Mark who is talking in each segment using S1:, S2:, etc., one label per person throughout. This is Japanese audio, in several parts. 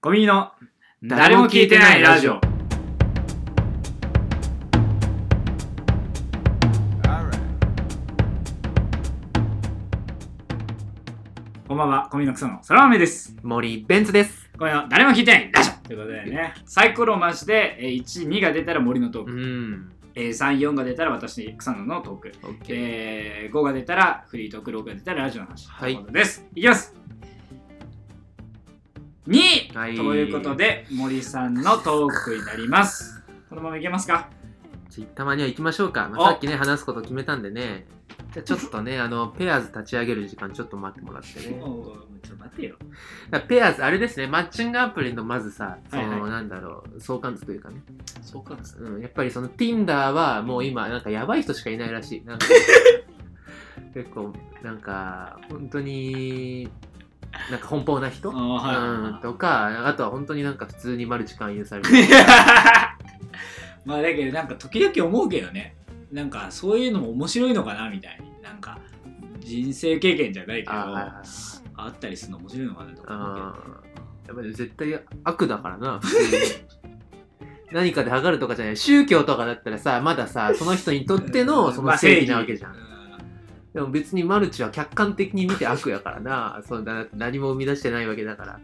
S1: トミーの誰も聞いてないラジオ。こんばんは、コミの草のそら豆です。
S2: 森ベンツです
S1: これは誰も聞いてないラジオということでね、サイコロを回して、えー1、2が出たら森のトーク、
S2: ん
S1: えー3、4が出たら私、草野のトーク、
S2: オッケー
S1: えー5が出たらフリートーク、6が出たらラジオの話
S2: はい
S1: ということです。いきます2、
S2: はい
S1: ということで、森さんのトークになり ます。このままいけますか
S2: じゃあたまには行きましょうか、ま
S1: お
S2: あ、さっきね話すこと決めたんでねじゃあちょっ とねあのペアーズ立ち上げる時間ちょっと待ってもらってね
S1: おちょっと待てよ。
S2: だからペアーズあれですねマッチングアプリのまずさその、
S1: はいはい
S2: なんだろう相関図というかね、
S1: そうか。
S2: うん、やっぱりその Tinder はもう今なんかやばい人しかいないらし いなんか結構なんか本当になんか奔放な人
S1: ああ、
S2: うん
S1: は、
S2: とかあとは本当になんか普通にマルチ勧誘され
S1: い。
S2: る
S1: まあだけど、なんか時々思うけどね。なんかそういうのも面白いのかなみたいに。なんか人生経験じゃないけど、
S2: あはいはいはい
S1: あったりするの面白いのかなとか思うけど。
S2: あーやっぱり絶対悪だからな普 通に何かで測るとかじゃない宗教とかだったらさまださその人にとって
S1: う
S2: の
S1: ん
S2: その正義なわけじゃ。ん
S1: まあ
S2: でも別にマルチは客観的に見て悪やからなそうだ何も生み出してないわけだから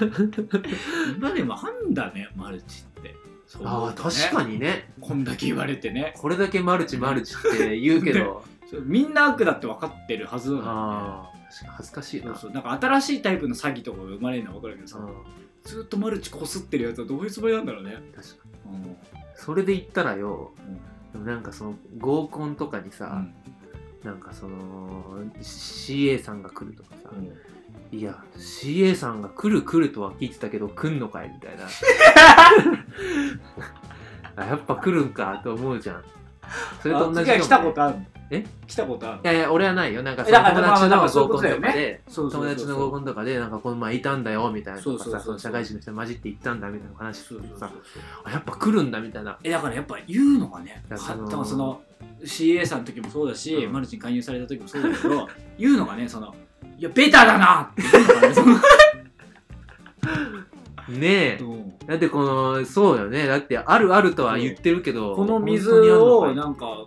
S1: 正義うん今でもあんだね、マルチって。そう
S2: あ
S1: 思
S2: あ
S1: うとね
S2: 確かにね
S1: こんだけ言われてね。
S2: これだけマルチマルチって言うけど
S1: そうみんな悪だって分かってるはずなのにね。
S2: ああ確かに恥ずかしい
S1: そ
S2: な
S1: うそうなんか新しいタイプの詐欺とかが生まれるのは分かるけどさ、
S2: うん
S1: ずーっとマルチこすってるやつはどういうつもりなんだろうね。
S2: 確かに
S1: うん
S2: それで言ったらよでもなんかその合コンとかにさ、なんかその CA さんが来るとかさ、いや、CA さんが来る来るとは聞いてたけど、来んのかいみたい な。あやっぱ来るんかと思うじゃん。それと同じ
S1: あ次は来た
S2: かも
S1: ことあるの
S2: え
S1: 来たことある
S2: いやいや、俺はないよ。なんか
S1: え
S2: その
S1: だから
S2: 友達
S1: まあまあ
S2: の合コン
S1: そういうことだよ
S2: とかで、
S1: そうそう
S2: 友
S1: そう
S2: 達の合コンとかで、なんかこの前いたんだよ、みたいなとか
S1: そうそう
S2: さ、
S1: そう
S2: その社会人の人に混じって行ったんだ、みたいな話
S1: そ
S2: す
S1: う
S2: る
S1: そう
S2: と
S1: そう
S2: さ、あやっぱ来るんだ、みたいな。
S1: えだからやっぱ言うのがね
S2: いや
S1: か
S2: その
S1: 多分その CA さんの時もそうだし、
S2: うん
S1: マルチに勧誘された時もそうだけど言うのがねそのいやベタだなっていうのがねその
S2: ねえ。
S1: うん
S2: だってこの、そうよね。だってあるあるとは言ってるけど、
S1: この水
S2: 本当にあんのか
S1: を
S2: い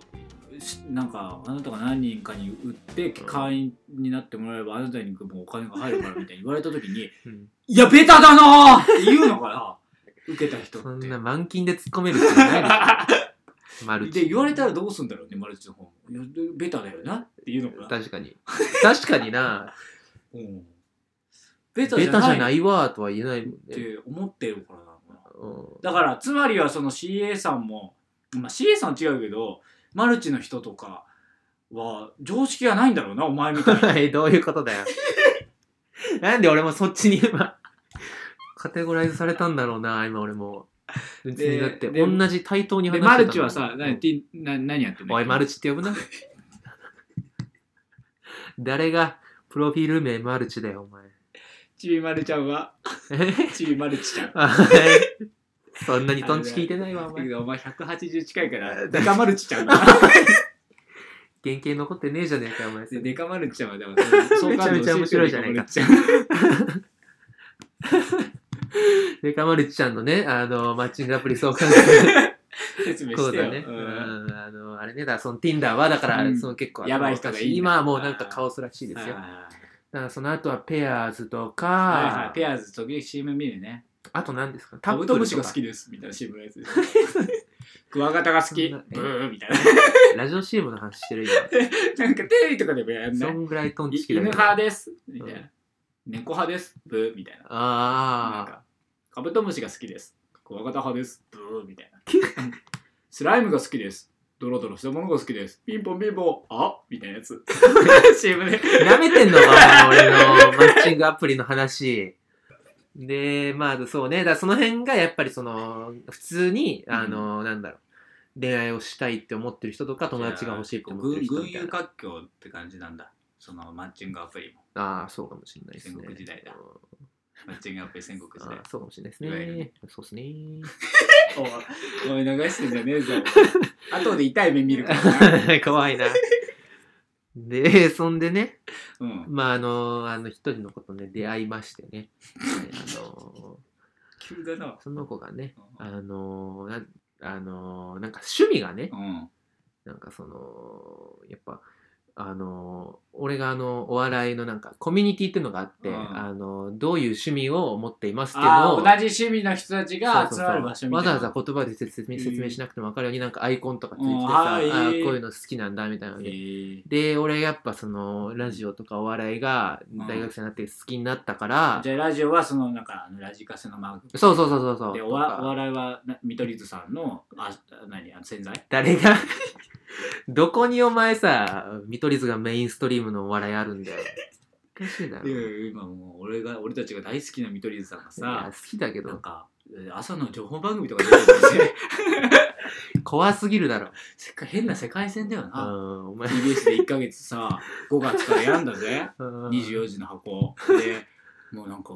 S1: なんかしなんかあなたが何人かに売って会員になってもらえばあなたにもお金が入るからみたいに言われた時に
S2: うん
S1: いやベタだなーって言うのかな受けた人って
S2: そんな満金で突っ込めるってないで しょマルチ。
S1: で言われたらどうすんだろうねマルチの方いやでベタだよなっていうのかな、
S2: 確かに。確かにな。
S1: うん、ベタじ
S2: ベタじ
S1: ゃ
S2: ゃ
S1: な
S2: ない
S1: っ
S2: いわーとは言えないもんね。
S1: て思ってるからなのかな
S2: うん
S1: だからつまりはその CA さんも、まあ、CA さんは違うけどマルチの人とかは常識がないんだろうなお前みたいな
S2: はい、 どういうこと だよ。なんで俺もそっちに今、カテゴライズされたんだろうな、今俺も。別にだって、
S1: でで
S2: 同じ対 等に話
S1: で
S2: してた
S1: マ
S2: のに
S1: ルチはさ何ティな何やってんの
S2: おい、マルチって呼 ぶな。誰が、プロフィール名マルチだよ、お前。
S1: ちびまるちゃんは
S2: え
S1: ちびまるちちゃん
S2: はい そんなにトンチ聞いてないわ、お
S1: だけ
S2: 前。
S1: どお前180近い からデカマルチちゃんが
S2: 原型残ってねえじゃねえかよ、お前。
S1: でデカマルチちゃんは でもそ
S2: めちゃめちゃ面白いじゃねえか
S1: そう感動してるデカマルチち
S2: デカマルチちゃんのね、あの、マッチングアプリ相 関する
S1: ゃん説明
S2: こ
S1: し
S2: う
S1: てよ
S2: だね。う
S1: うん
S2: ん、あの、あれね、だからその Tinder は、だから、
S1: うん
S2: その結構、
S1: やばい人がいいんだ
S2: 今はもうなんかカオスらしいですよ。
S1: は
S2: だ
S1: いはいはい
S2: からその後はペアーズとか、
S1: はいはい、ペアーズ時々 CM 見るね。
S2: あと何ですか
S1: カブトムシが好き
S2: で。
S1: ですみたいな CM のやつです。クワガタが好き。
S2: そ
S1: ブ
S2: んな
S1: ーみたいな。
S2: ラジオ CM の話してるよ。
S1: なんかテレビとかでもやんな
S2: そ
S1: い。
S2: んぐらいトン
S1: い
S2: チキ
S1: 犬
S2: だよ。
S1: 派
S2: あ
S1: ですみたいな。猫派ですブーみたいな。なん
S2: あ
S1: かカブトムシが好きです。クワガタ派ですブーみたいな。スライムが好きです。ドロドロしたものが好きです。ピンポンピンポン。あみたいなやつ。CM で。
S2: ー。舐めてんのか、お前俺のマッチングアプリの話。で、まあ、そうね。だからその辺が、やっぱりその、普通に、あの、なんだろう。恋愛をしたいって思ってる人とか、友達が欲しいって思ってる人みたいな。
S1: 割拠って感じなんだ。そのマッチングアプリも。
S2: ああ、そうかもしれないですね。
S1: 戦国時代だ
S2: うん
S1: マッチングアプリ戦国
S2: ああそうかもしれないですね。そうですね。
S1: おい、流してんじゃ ねえぞ。後で痛い目見るからな。
S2: 怖いな。で、そんでね、
S1: うん。
S2: まあ、あの、あの、一人のことね、出会いましてね。ねあの、
S1: 急だな。
S2: その子がね、
S1: うん
S2: あのーなんあのーなんか趣味がね、
S1: うん。
S2: なんかその、やっぱ、あのー俺があの、お笑いのなんか、コミュニティっていうのがあって、
S1: うん
S2: あのーどういう趣味を持っていますっていう
S1: あ
S2: の
S1: あ
S2: を、
S1: ー、同じ趣味の人たちが集まる場所みた
S2: わ
S1: い
S2: ざ
S1: な。
S2: わざ言葉で説明説明しなくても分かるようになんかアイコンとかついて
S1: うん
S2: てさ、
S1: は
S2: あ
S1: い
S2: ーこういうの好きなんだみたいなので、
S1: え
S2: で俺やっぱそのラジオとかお笑いが
S1: うん
S2: 大学生になって好きになったから、
S1: ー、じゃあラジオはそのなんかあのラジカセのマーク。
S2: そうそうそうそうそう
S1: でお
S2: と
S1: わ
S2: か
S1: お笑いはな見取り図さんのあ何あの洗剤
S2: 誰が どこにお前さ見取り図がメインストリームのお笑いあるんだよおかしいだろ
S1: い
S2: い
S1: やいや今もう俺が俺たちが大好きな見取り図さんが
S2: や
S1: さ
S2: 好きだけ
S1: なん
S2: ど
S1: かえー朝の情報番組とか出てるんですよ
S2: 怖すぎるだろ、
S1: 世界変な世界線だよ
S2: う
S1: な、
S2: ん、お前
S1: TBS で1ヶ月さ5月からやんだぜ
S2: 24
S1: 24時の箱でもうなんか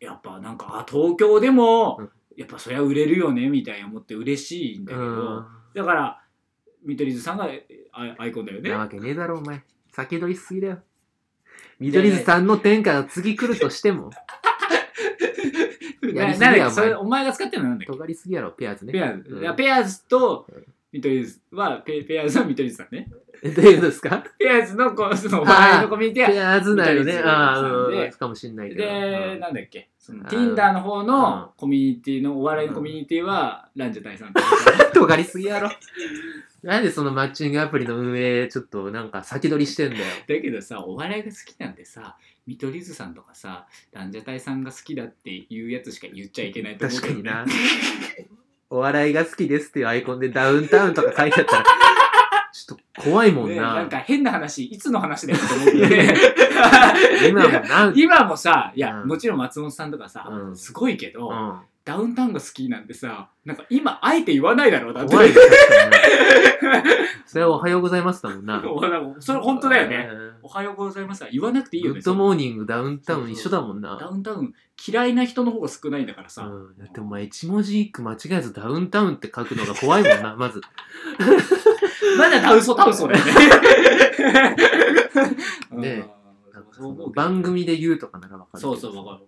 S1: やっぱなんかあ東京でも
S2: うん
S1: やっぱそりゃ売れるよねみたいに思って嬉しいんだけど、だから見取り図さんがえアイアイコンだよね
S2: なわけねえだろお前先取りしすぎだよ見取り図さんの天下が次来るとしてもやりすぎ
S1: な
S2: や
S1: なんだっけそ
S2: お前
S1: れお前が使ってるのなんだっけ
S2: 尖りすぎやろペアーズね
S1: ペアーズ、
S2: うん
S1: いやペアーズと
S2: うん
S1: 見取り図はペペアーズは見取り図さんね
S2: えどういうことですか
S1: ペアーズのこうそのお笑いのコミュニティ
S2: ペアーズなよ
S1: 見取
S2: ね
S1: り図
S2: ああ
S1: さんで
S2: うんかもしんないけど
S1: で、
S2: うん
S1: なんだっけその
S2: あー
S1: Tinder の方
S2: うん
S1: のコミュニティのお笑いのコミュニティは、ランジャタイさん と
S2: 尖りすぎやろなんでそのマッチングアプリの運営ちょっとなんか先取りしてんだよ
S1: だけどさお笑いが好きなんでさ見取り図さんとかさランジャタイさんが好きだっていうやつしか言っちゃいけないと思う
S2: 確
S1: け
S2: か
S1: ど
S2: になお笑いが好きですっていうアイコンでダウンタウンとか書いて あったらちょっと怖いもん
S1: ね
S2: な,、
S1: なんか変な話いつの話だよと思うけど
S2: いやい
S1: ね
S2: 今も な
S1: 今もさいや、
S2: うん
S1: もちろん松本さんとかさ、
S2: うん
S1: すごいけど、
S2: うん
S1: ダウンタウンが好きなんてさなんか今あえて言わないだろうだって
S2: 怖いよ確かにそれはおはようございますだもんな
S1: それ本当だよね、
S2: うん
S1: おはようございますは言わなくていいよ
S2: グ
S1: ね
S2: ッドモーニングダウンタウン一緒だもんな
S1: ダウンタウン嫌いな人の方が少ないんだからさ、
S2: うん、だってお前一文字一句間違えずダウンタウンって書くのが怖いもんなまず
S1: まだダウソダウソだよね うんそう
S2: ね
S1: 思うけど
S2: 番組で言うとかならわかるけ
S1: そ
S2: ど
S1: うそうわかる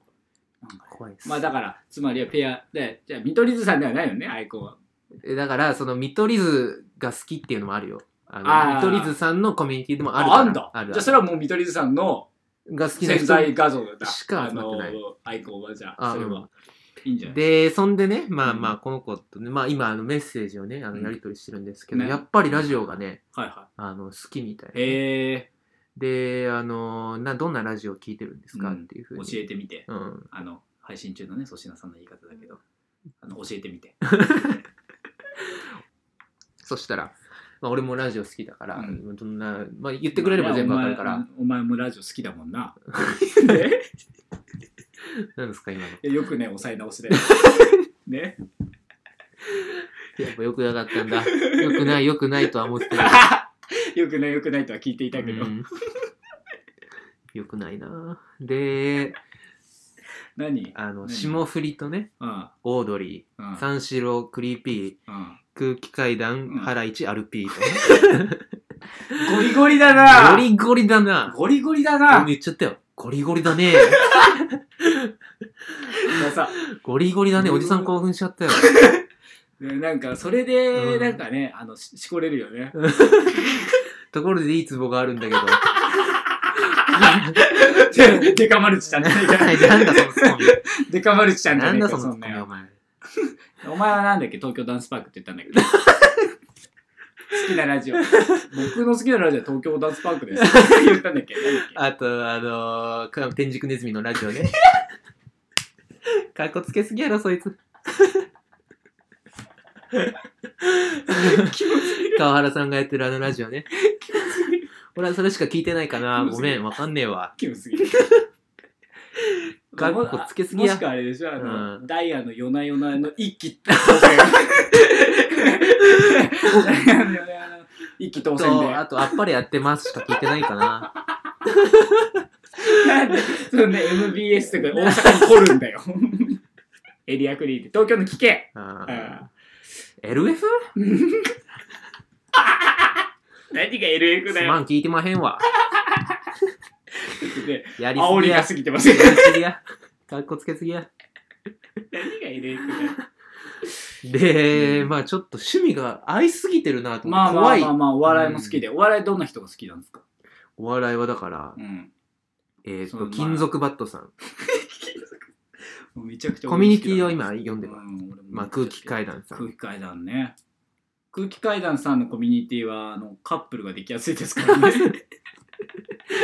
S1: なんかね
S2: 怖いです
S1: まあだからつまりはペアでじゃあ見取り図さんではないよねアイコンは
S2: えだからその見取り図が好きっていうのもあるよあ
S1: あ
S2: の
S1: ー
S2: 見取り図さんのコミュニティでもあるから
S1: あんだ
S2: ある
S1: じゃあそれはもう見取り図さんの
S2: が好きな
S1: 潜
S2: 人
S1: 在画像だ
S2: しか集まってない
S1: あのアイコンはじゃ
S2: あ
S1: あそれは、いいんじゃない
S2: でそんでねまあ
S1: うん
S2: まあこの子とね、まあ今あのメッセージをねあの
S1: うん
S2: やり取りしてるんですけど、
S1: ね
S2: やっぱりラジオがね
S1: はいは
S2: あの好きみたい
S1: い
S2: で、
S1: へえ
S2: であのなどんなラジオを聞いてるんですか、
S1: うん
S2: っていうふう
S1: 教
S2: に
S1: えてみて
S2: うん、
S1: あの配信中のね粗品さんの言い方だけどあの教えてみて
S2: そしたら、まあ、俺もラジオ好きだから、
S1: う
S2: どんな、まあ、言ってくれれば全部わかるから、
S1: お前お前もラジオ好きだもん な
S2: 何ですか、今の。
S1: ねよくね抑え直しで ね
S2: やっぱよくなかったんだ。よくない、よくないとは思って た
S1: よくないよくないとは聞いていた
S2: け
S1: け
S2: ど。
S1: ど、
S2: うん よくないなで、
S1: 何
S2: あの、
S1: 何
S2: 霜降りとね、
S1: うん
S2: オードリ
S1: う
S2: ー、
S1: ん
S2: 三四郎、クリーピ
S1: うん
S2: ー、空気階段、
S1: うん
S2: ハライチ、アルピーとね。
S1: ゴリゴリだな
S2: ゴリゴリだな
S1: ゴリゴリだ
S2: 俺も
S1: な
S2: 言っちゃったよ。ゴリゴリだね
S1: ださ
S2: ゴリゴリだねおじさん興奮しちゃったよ。
S1: ねなんかそれ
S2: う
S1: で
S2: ん
S1: なんかね、あのししこれるよね
S2: ところでいいツボがあるんだけど。
S1: デカマルチじゃねえ か
S2: なんだそのツッコミ。
S1: デカマルチちゃんじゃ
S2: なん
S1: ねえ
S2: だ
S1: か
S2: その
S1: そん
S2: ツッコ
S1: な
S2: ミ
S1: や
S2: お前。
S1: お前はなんだっけ東京ダンスパークって言ったんだっけど好きなラジオ僕の好きなラジオは東京ダンスパー クです言ったんだっけなんだっけ
S2: あと、あのーか、天竺ネズミのラジオ ね。かっこつけすぎやろ、そ いつ。川原さんがやってるあのラジオね。俺はそれしか聞いてないかな。
S1: キモ
S2: ご
S1: すぎ
S2: め
S1: る
S2: ん、わかんねえわ。
S1: キムすぎる
S2: かっこつけすぎや
S1: もしかあれでしょあの、
S2: う
S1: ダイヤの夜な夜なの一気当選 ダイヤの夜な夜なの一気当選で
S2: と、あと、あっぱれやってますしか聞いてないか な。
S1: なんで そんな MBS とか大阪に来るんだよ エリアクリーって東京の聞け
S2: あ
S1: う
S2: ー
S1: ん
S2: LF?
S1: 何が LF
S2: す
S1: だ
S2: ま
S1: よ
S2: ん、聞いてまへん
S1: っ
S2: わ。
S1: て言って
S2: やりす
S1: 煽
S2: ぎ
S1: り
S2: や。
S1: が過ぎてますよ
S2: やりすぎや。かっこつけすぎや。
S1: 何が入れるか。
S2: で、
S1: うん
S2: まあちょっと趣味が合いすぎてるなと思っ
S1: まあ
S2: て、
S1: まあ
S2: 怖い
S1: まあまあ、お笑いも好きで。お笑いどんな人が好きなんですか
S2: お笑いはだから、
S1: うん。
S2: えっ、
S1: そ
S2: と、
S1: のまあ
S2: 金属バットさん。
S1: もうめちゃくちゃ
S2: コミュニティを今読んでます。
S1: うん俺も
S2: まあ空気階段さん
S1: 空気階段ね。空気階段さんのコミュニティはあのカップルができやすいですからね。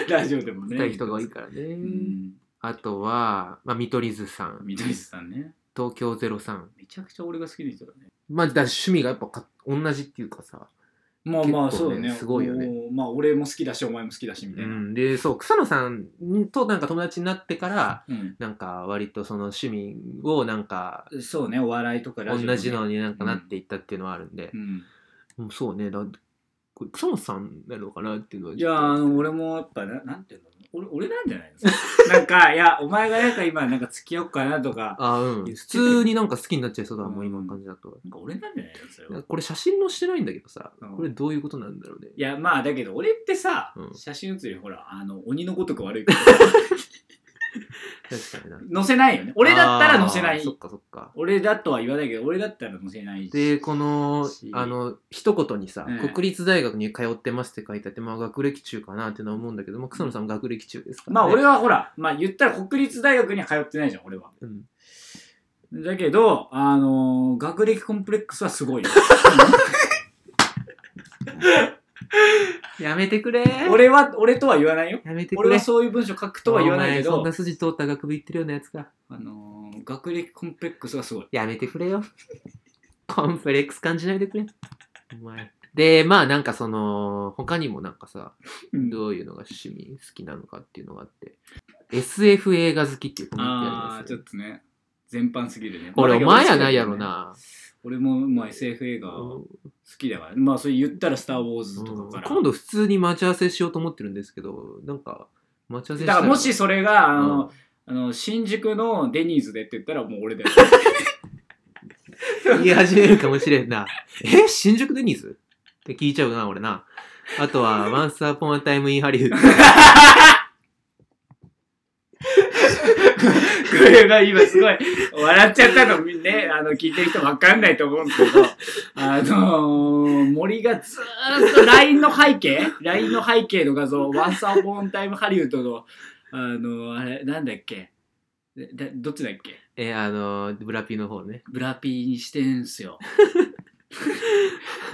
S1: ラジオでもね。
S2: 見たい人が多いからね。
S1: うん。
S2: あとは、まあ、見取り図さん、
S1: 緑地さんね。
S2: 東京ゼロさん。
S1: めちゃくちゃ俺が好きな人だね。
S2: まあ、だから趣味がやっぱか同じっていうかさ。
S1: まあまあ、
S2: 結
S1: そ
S2: 構ね
S1: うだね。
S2: すごいよね
S1: もう。まあ俺も好きだし、お前も好きだしみ
S2: う
S1: たいな。
S2: ん、で、そう、草野さんとなんか友達になってから、
S1: うん
S2: なんか割とその趣味をなんか
S1: そうね、お笑いとかラジオ、
S2: 同じ。のになんかなっていったっていうのはあるんで
S1: う。ん。
S2: うん、そうね。だこれ草野さんなのかなっていうのは。
S1: いや、あの俺もやっぱな、なんていうの俺俺なんじゃないのなんか、いや、お前がなんか今、なんか付き合おうかなとか、
S2: あ、うん。普通になんか好きになっちゃいそうだ、もう今
S1: うん
S2: の感じだと。
S1: なんか俺なんじゃないのそれは
S2: これ写真もしてないんだけどさ
S1: うん、
S2: これどういうことなんだろうね。
S1: いやまあだけど俺ってさ、
S2: うん
S1: 写真写りほらあの鬼のごとく悪いから
S2: 確かにな。
S1: 載せないよね俺だったら載せな
S2: あー
S1: い
S2: そっかそっか。
S1: 俺だとは言わないけど俺だったら載せないし
S2: でこの
S1: し
S2: あの一言にさ、
S1: うん
S2: 国立大学に通ってます」って書いてあって、まあ、学歴中かなっていうのは思うんだけど、まあ、草野さんも学歴中ですから、
S1: まあ俺
S2: は、
S1: はほらまあ言ったら国立大学には通ってないじゃん俺は
S2: うん、
S1: だけどあのー学歴コンプレックスはす ごいよ
S2: やめてくれ
S1: 俺は俺とは言わないよ
S2: やめてく
S1: 俺
S2: れ
S1: はそういう文章書くとは言わないけ
S2: お前そ
S1: ど
S2: んな筋通った学部行ってるようなやつが
S1: あのー学歴コンプレックスがすごい
S2: やめてく れよコンプレックス感じないでくれお前でまあなんかその他にもなんかさどういうのが趣味好きなのかっていうのがあって SF 映画好きっていうコミュニティあ
S1: あ
S2: り
S1: あ
S2: ま
S1: ち
S2: す
S1: ょっ
S2: よ
S1: とね全般すぎるね
S2: これお前やないや
S1: ま
S2: ろ
S1: あだけど俺好きだけどね俺
S2: な、
S1: もまあ SF 映画
S2: う
S1: 好
S2: ん
S1: きだから、まあそれ言ったら「スター・ウォーズ」とかから、
S2: 今度普通に待ち合わせしようと思ってるんですけどなんか待ち合わせし
S1: だからもしそれがあの、
S2: うん
S1: あの新宿のデニーズでって言ったらもう 俺だよ
S2: 言い始めるかもしれんな え新宿デニーズって聞いちゃうな俺なあ とは「ワンスアポンタイムインハリウッド」
S1: これが今すごい笑っちゃったのねあの聞いてる人分かんないと思うんですけどあのー森がずーっと LINE の背景 LINE の背景の画像「ワンサー・ボン・タイム・ハリウッドの」あのーあれなんだっけだどっちだっけ
S2: えあのブラピの方ね
S1: ブラピーにしてんす よ。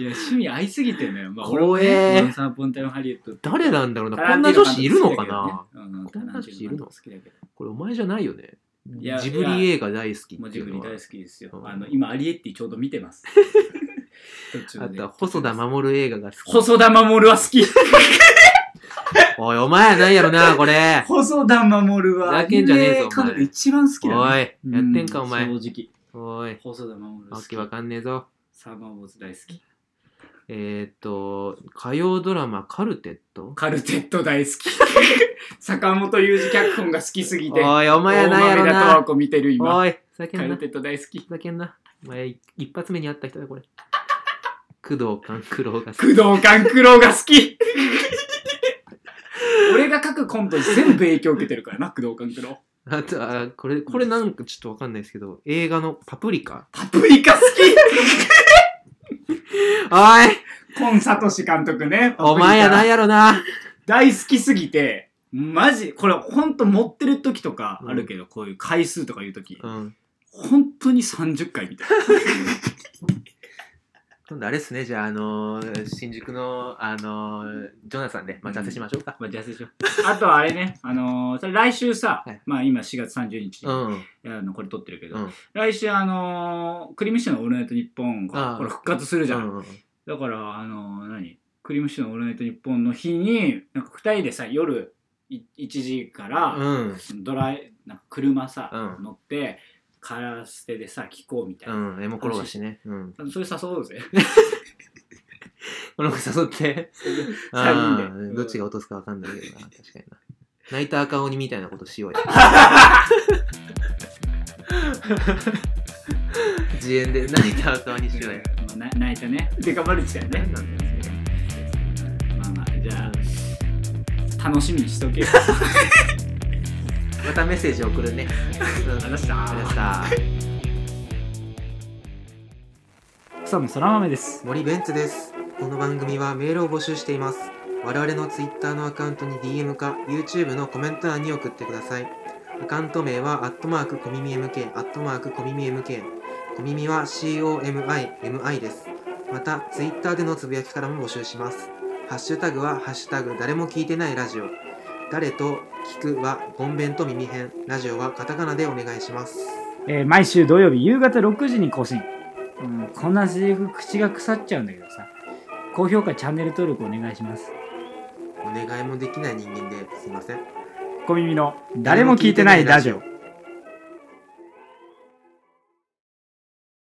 S1: いや、趣味合いすぎてんのよ。まあ、
S2: 怖え
S1: 俺もねワンサーポンタイムハリウッド。
S2: 誰なんだろうな
S1: タラ
S2: こ
S1: ン
S2: ん
S1: ティ
S2: な
S1: ーノ
S2: 女
S1: 監
S2: 子
S1: 督
S2: いるのかな
S1: 好きだけどね。うん
S2: こんな女子い
S1: タランティーノ
S2: るの
S1: 監督好きだけど
S2: これお前じゃないよね
S1: いや
S2: ジブリ映画大好き
S1: もう
S2: って
S1: ジ
S2: い
S1: ブ
S2: うの
S1: リ
S2: は
S1: 大好きですよ
S2: う。ん
S1: あの、今、アリエッティちょうど見て ます。途中で
S2: あとは細田。守映画が好き
S1: 細田守は 好き。
S2: おいお前やないやろ なこれ
S1: 細田守は、
S2: ふざけんじゃねえ
S1: ア
S2: ぞ
S1: ニメ監督
S2: お前
S1: 一番好き
S2: おい
S1: だ
S2: や
S1: ね。
S2: ってんか
S1: う
S2: お前
S1: 正
S2: おい
S1: 直。細田守
S2: わ
S1: 好き
S2: け。わかんねえぞ
S1: サーマーウォーズ大好き。
S2: えーっと火曜ドラマ「カルテット」
S1: カルテット大好き。 坂本雄二脚本が好きすぎて。
S2: おいお前やないや
S1: 大
S2: ろ
S1: 豆田十和
S2: な
S1: 子見てる今。
S2: おいふざけ
S1: カ
S2: んな
S1: ル
S2: ふ
S1: テット大好き。
S2: ざけんなお前い一発目に会った人だこれ工藤 官九郎が好き
S1: 工藤官九郎が好き。俺が書くコントに全部影響受けてるからな、工藤官九郎。
S2: あとあこれこれなんかちょっとわかんないですけど映画の「パプ リカ
S1: パプリカ好き。」
S2: おい
S1: コンサトシ監督ね。
S2: お前やない
S1: や。
S2: やろな
S1: 大好きすぎて、マジ、これほんと持ってる時とかあるけど、こういう回数とかいう時、
S2: うん
S1: 本当に30回みたいな。
S2: 今度あれっすねじゃああのー新宿のあのージョナサンで待ち合わせしましょうか
S1: まあ、じゃあ、あとはあれね、あのーそれ来週さ、
S2: はい
S1: まあ今4月30日、
S2: うん
S1: あのこれ撮ってるけど、
S2: うん
S1: 来週あのー、クリームシチューのオールナイトニッポン
S2: あ
S1: が
S2: あ
S1: これ復活するじゃん、
S2: うん
S1: だからあのー、何クリームシチューのオールナイトニッポンの日になんか2人でさ夜い1時から
S2: うん
S1: ドライなんか車さ、
S2: うん
S1: 乗ってカラステでさ聞こうみたいな、
S2: うんエモ転がしねうん
S1: それ誘おうぜ
S2: この子誘って
S1: 三人で
S2: あーどっちが落とすかわかんないけどな、確かにな。泣いた赤鬼みたいなことしようや。自演で泣いた赤鬼しようや。
S1: まあ な泣いたねてかマルチだよね
S2: 何なんだよそれ
S1: まあまあじゃあ楽しみにしとけよ
S2: またメッセージ送るね。うん
S1: 話した
S2: ありがとうございました。
S1: 草野そら豆です
S2: 森ベンツですこの番組はメールを募集しています我々の Twitter のアカウントに DM か YouTube のコメント欄に送ってくださいアカウント名はアットマークコミミ MK アットマークコミミ MK コミミは COMIMI ですまた Twitter でのつぶやきからも募集しますハッシュタグはハッシュタグ誰も聞いてないラジオ誰と聞くはゴンベンと耳編ラジオはカタカナでお願いします
S1: えー毎週土曜日夕方6時に更新、うん、こんなセリフ口が腐っちゃうんだけどさ高評価チャンネル登録お願いします
S2: お願いもできない人間ですいません
S1: 小耳の誰も聞いてないラジオ